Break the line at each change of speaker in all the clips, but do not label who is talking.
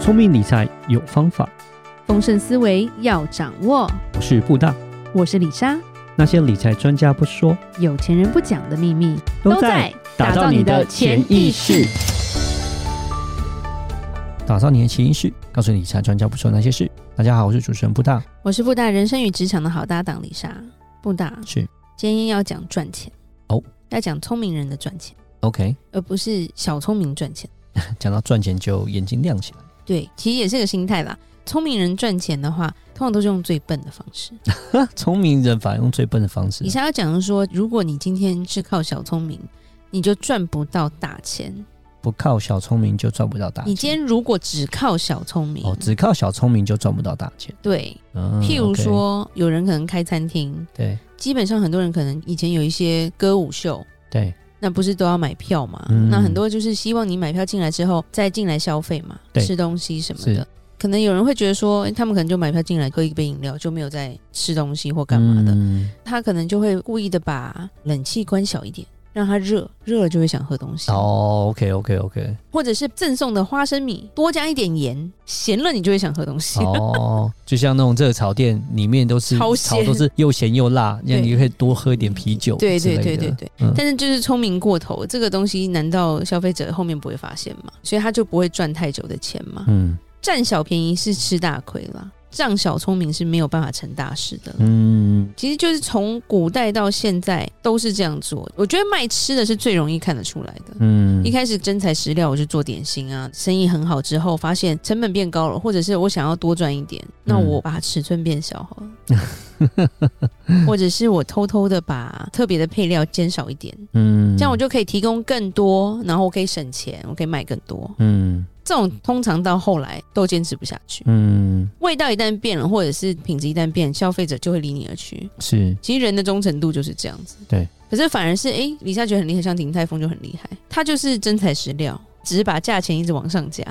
聪明理财有方法，
丰盛思维要掌握。
我是布大。
我是李莎，
那些理财专家不说，
有钱人不讲的秘密
打造你的潜意识。，打造你的潜意识，告诉理财专家不说那些事。大家好，我是主持人布大。
我是布大人生与职场的好搭档李莎。布大
是
今天要讲赚钱
哦，
要讲聪明人的赚钱，
OK，
而不是小聪明赚钱。
讲到赚钱就眼睛亮起来。
对，其实也是个心态啦。聪明人赚钱的话，通常都是用最笨的方式。
聪明人反而用最笨的方式
以。下要讲的啊是说，如果你今天是靠小聪明，你就赚不到大钱。
不靠小聪明就赚不到大钱。
你今天如果只靠小聪明，
哦，只靠小聪明就赚不到大钱。
对，
嗯
譬如
OK，
说有人可能开餐厅，
对
基本上很多人可能以前有一些歌舞秀，
对
那不是都要买票嘛？
嗯
那很多就是希望你买票进来之后再进来消费嘛，
对
吃东西什么
是
的。可能有人会觉得说，诶他们可能就买票进来喝一杯饮料，就没有再吃东西或干嘛的。
嗯
他可能就会故意的把冷气关小一点，让它热，热了就会想喝东西。
哦，OK OK OK，
或者是赠送的花生米多加一点盐，咸了你就会想喝东西。
哦，就像那种热炒店里面都是
超
炒
咸
都是又咸又辣，这样
对
你可以多喝一点啤酒之类
对对
的。
对对对。
嗯
但是就是聪明过头，这个东西难道消费者后面不会发现吗？所以他就不会赚太久的钱嘛。
嗯
占小便宜是吃大亏啦，占小聪明是没有办法成大事的。
嗯，
其实就是从古代到现在都是这样做。我觉得卖吃的是最容易看得出来的。
嗯
一开始真材实料，我就做点心啊，生意很好之后，发现成本变高了，或者是我想要多赚一点，那
嗯
我把尺寸变小好了，或者是我偷偷的把特别的配料减少一点，
嗯
这样我就可以提供更多，然后我可以省钱，我可以卖更多。
嗯
这种通常到后来都坚持不下去，
嗯
味道一旦变了，或者是品质一旦变，消费者就会离你而去。
是
其实人的忠诚度就是这样子。
对，
可是反而是哎、诶李莎觉得很厉害，像林泰峰就很厉害，他就是真材实料，只是把价钱一直往 上加，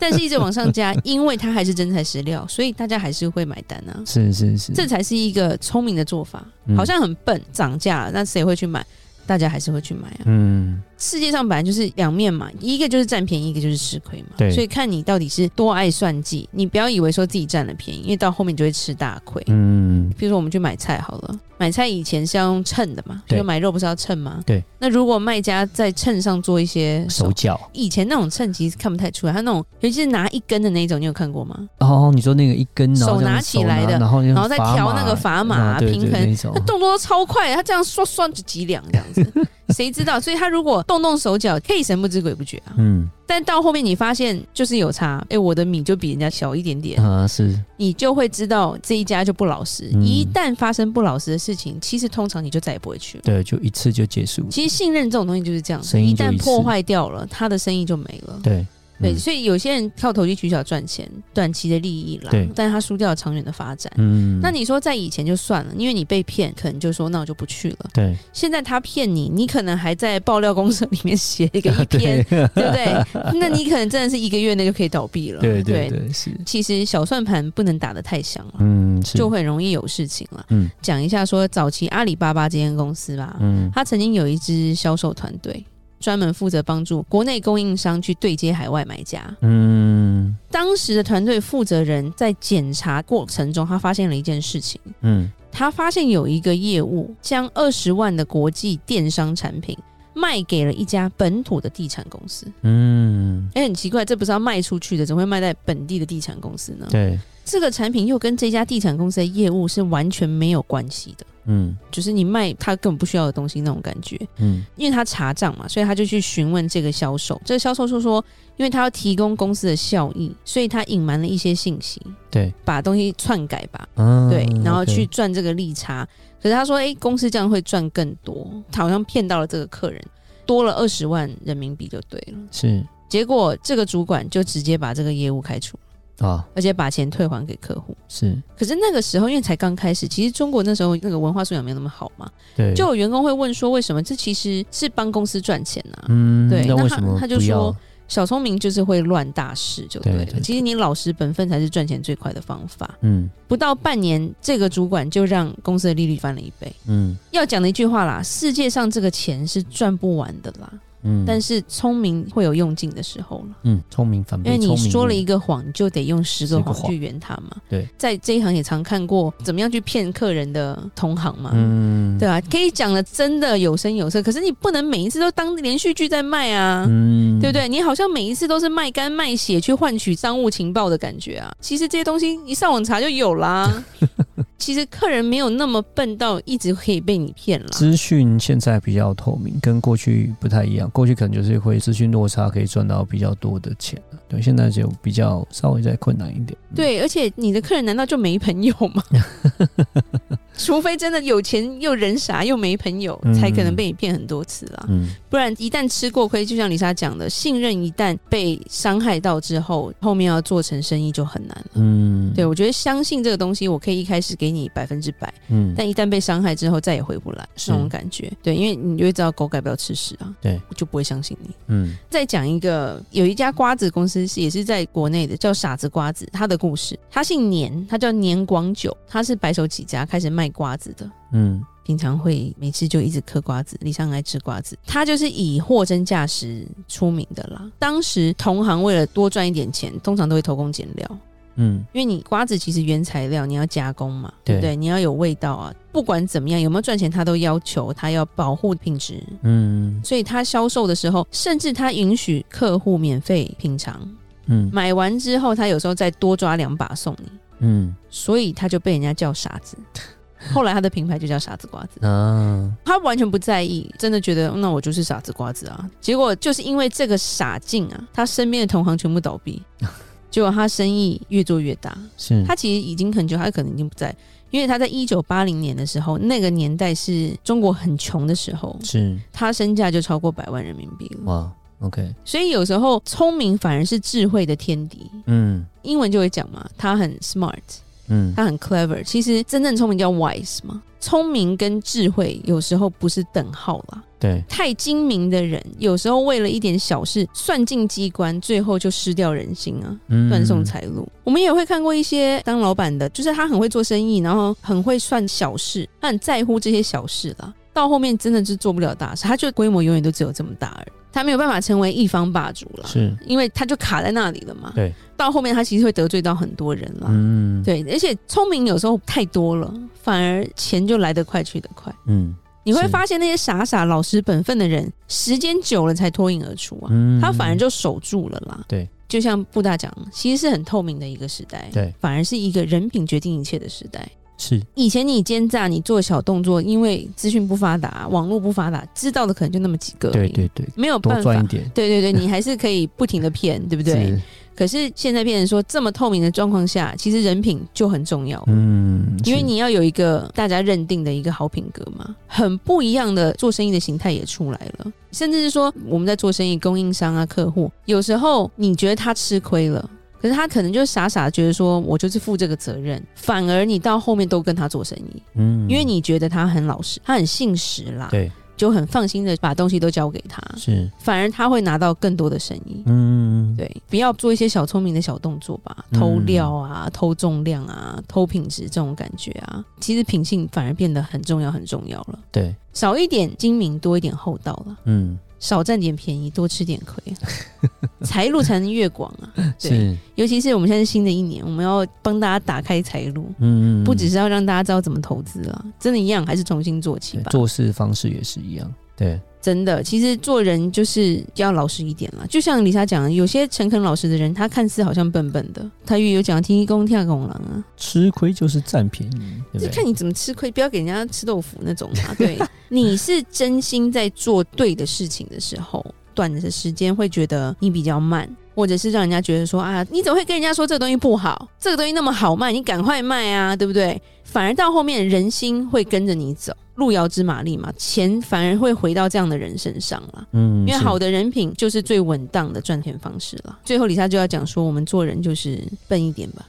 但是一直往上加， 因为他还是真材实料，所以大家还是会买单啊。
是是是，
这才是一个聪明的做法，
嗯
好像很笨，涨价了，那谁会去买？大家还是会去买啊。
嗯
世界上本来就是两面嘛，一个就是占便宜，一个就是吃亏嘛。
对
所以看你到底是多爱算计，你不要以为说自己占了便宜，因为到后面你就会吃大亏。
嗯
比如说我们去买菜好了，买菜以前是要用秤的嘛，
对
就买肉不是要称吗？
对。
那如果卖家在秤上做一些
手
手，
脚
以前那种秤其实看不太出来，他那种尤其是拿一根的那一种，你有看过吗？
哦，你说那个一根然后
手
这样
拿
子
起
手
来
拿
的
然后然
然后再调那个砝码啊平衡
啊那种
那动作都超快，他这样刷刷就几两这样 子，谁知道？所以他如果动动手脚，可以神不知鬼不觉啊。
嗯
但到后面你发现就是有差，哎，我的米就比人家小一点点，
啊是
你就会知道这一家就不老实。
嗯
一旦发生不老实的事情，其实通常你就再也不会去了。
对，就一次就结束，
其实信任这种东西就是这样，
生意
一
就
旦
一次
破坏掉了，他的生意就没了。
对
对，
嗯
所以有些人靠投机取巧赚钱，短期的利益啦
对，
但是他输掉了长远的发展。
嗯
那你说在以前就算了，因为你被骗，可能就说那我就不去了。
对
现在他骗你，你可能还在爆料公社里面写一 个一篇，
啊对
对不对？ 那你可能真的是一个月内就可以倒闭了。
对对对是
其实小算盘不能打得太响了，
嗯是
就会容易有事情了。
嗯
讲一下说早期阿里巴巴这间公司吧，
嗯
他曾经有一支销售团队，专门负责帮助国内供应商去对接海外买家。
嗯
当时的团队负责人在检查过程中，他发现了一件事情，
嗯
他发现有一个业务将二十万的国际电商产品。卖给了一家本土的地产公司，
嗯
哎、很奇怪，这不是要卖出去的，怎么会卖在本地的地产公司呢？
对
这个产品又跟这家地产公司的业务是完全没有关系的，
嗯
就是你卖他根本不需要的东西那种感觉。
嗯
因为他查账嘛，所以他就去询问这个销售。这个销售就说，因为他要提供公司的效益，所以他隐瞒了一些信息，
对
把东西篡改吧，
嗯
对，然后
OK
去赚这个利差。可是他说，诶，公司这样会赚更多，他好像骗到了这个客人，多了二十万人民币就对了。
是
结果这个主管就直接把这个业务开除，
啊
而且把钱退还给客户。
是
可是那个时候，因为才刚开始，其实中国那时候那个文化素养没有那么好嘛，
对
就有员工会问说，为什么这其实是帮公司赚钱啊？
嗯
对
那
那
为
他
什么
他就
不要
说小聪明就是会乱大事，就对了。
对对对
其实你老实本分才是赚钱最快的方法。
嗯
不到半年，这个主管就让公司的利率翻了一倍。
嗯
要讲的一句话啦，世界上这个钱是赚不完的啦。
嗯，
但
是
是聪明会有用尽的时候了。
嗯，聪明反
因
被
为
聪
你
明误，
说了一个谎，你就得用十个
十个
谎
谎
去圆它嘛。
对，
在这一行也常看过怎么样去骗客人的同行嘛。
嗯，
对啊，可以讲的真的有声有色，可是你不能每一次都当连续剧在卖啊，
嗯，
对不对？你好像每一次都是卖肝卖血去换取商务情报的感觉啊。其实这些东西一上网查就有 啦。其实客人没有那么笨到一直可以被你骗啦。
资讯现在比较透明，跟过去不太一样。过去可能就是会资讯落差，可以赚到比较多的钱。对，现在就比较稍微再困难一点。嗯，
对，而且你的客人难道就没朋友 吗？除非真的有钱又人傻又没朋友，
嗯
才可能被你骗很多次啦。
嗯
不然一旦吃过亏，就像李莎讲的，信任一旦被伤害到之后，后面要做成生意就很难了。
嗯，
对，，我觉得相信这个东西，我可以一开始给你百分之百，
嗯，
但一旦被伤害之后，再也回不来
是
那种感觉。对，因为你就会知道狗改不了吃屎啊，
对，
我就不会相信你。
嗯
再讲一个，有一家瓜子公司是也是在国内的，叫傻子瓜子，他的故事，他姓年，他叫年广久，他是白手起家开始卖瓜子的。
嗯
平常会每次就一直嗑瓜子，李尚爱吃瓜子，他就是以货真价实出名的啦。当时同行为了多赚一点钱，通常都会偷工减料，
嗯
因为你瓜子其实原材料你要加工嘛，对不
对
对？你要有味道啊，不管怎么样有没有赚钱，他都要求他要保护品质，
嗯
所以他销售的时候，甚至他允许客户免费品尝，
嗯
买完之后他有时候再多抓两把送你，
嗯
所以他就被人家叫傻子。后来他的品牌就叫傻子瓜子，
啊，
他完全不在意，真的觉得嗯那我就是傻子瓜子啊。结果就是因为这个傻劲啊，他身边的同行全部倒闭，结果他生意越做越大。
是
他其实已经很久，他可能已经不在，因为他在一九八零年的时候，那个年代是中国很穷的时候，
是
他身价就超过百万人民币了。
哇，OK，
所以有时候聪明反而是智慧的天敌。
嗯
英文就会讲嘛，他很 smart，
嗯
他很 clever。其实真正聪明叫 wise 嘛，聪明跟智慧有时候不是等号啦。
对，
太精明的人，有时候为了一点小事算尽机关，最后就失掉人心啊。
嗯
断送财路。我们也会看过一些当老板的，就是他很会做生意，然后很会算小事，他很在乎这些小事啦。到后面真的是做不了大事，他就规模永远都只有这么大而已，他没有办法成为一方霸主了，
是
因为他就卡在那里了嘛。
对，
到后面他其实会得罪到很多人啦。
嗯
对，而且聪明有时候太多了，反而钱就来得快去得快。
嗯
你会
是
发现那些傻傻老实本分的人，时间久了才脱颖而出啊。
嗯，
他反而就守住了啦。
对，
就像布大讲，其实是很透明的一个时代，
对
反而是一个人品决定一切的时代。
是
以前你奸诈，你做小动作，因为资讯不发达，网络不发达，知道的可能就那么几个，
对，对对，
没有
多
办法
赚一。点，
对对对，你还是可以不停的骗，对不 对？
是，
可是现在变成说这么透明的状况下，其实人品就很重要。
嗯，
因为
是
你要有一个大家认定的一个好品格嘛，很不一样的做生意的形态也出来了，甚至是说我们在做生意，供应商啊、客户，有时候你觉得他吃亏了。可是他可能就傻傻地觉得说，我就是负这个责任，反而你到后面都跟他做生意，
嗯，
因为你觉得他很老实，他很信实啦，
对
就很放心的把东西都交给他，
是
反而他会拿到更多的生意。
嗯
对，不要做一些小聪明的小动作吧，
嗯
偷料啊、偷重量啊、偷品质这种感觉啊，其实品性反而变得很重要，很重要了。
对
少一点精明，多一点厚道了；
嗯
少占点便宜，多吃点亏，啊 财路才能越广啊！对，
是
尤其是我们现在是新的一年，我们要帮大家打开财路，
嗯嗯
不只
是
是要让大家知道怎么投资啊，真的一样还是重新做起吧。
做事方式也是一样，对
真的，其实做人就是要老实一点啦。就像李莎讲的，有些诚恳老实的人，他看似好像笨笨的，他也有讲“天公跳拱狼”啊，
吃亏就是占便宜，对不
就
对？
看你怎么吃亏，不要给人家吃豆腐那种啊。对，你是真心在做对的事情的时候，短的时间会觉得你比较慢。或者是让人家觉得说啊，你怎么会跟人家说这个东西不好？这个东西那么好卖，你赶快卖啊，对不对？反而到后面人心会跟着你走，路遥知马力嘛，钱反而会回到这样的人身上啦。
嗯，
因为
是
好的人品就是最稳当的赚钱方式了。最后，李莎就要讲说，我们做人就是笨 一点吧，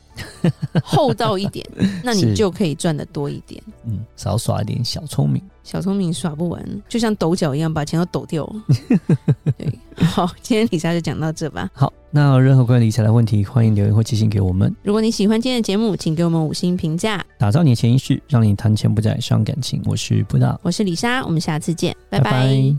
厚道一点，那你
是
就可以赚的多一点。
嗯，少耍一点小聪明。
小聪明耍不完，就像抖脚一样，把钱都抖 掉了。对，好，今天李莎就讲到这吧。
好，那有任何关于理财的问题，欢迎留言或寄信给我们。
如果你喜欢今天的节目，请给我们五星评价。
打造你的潜意识，让你谈钱不再伤感情。我是布达，
我是李莎，我们下次见，拜拜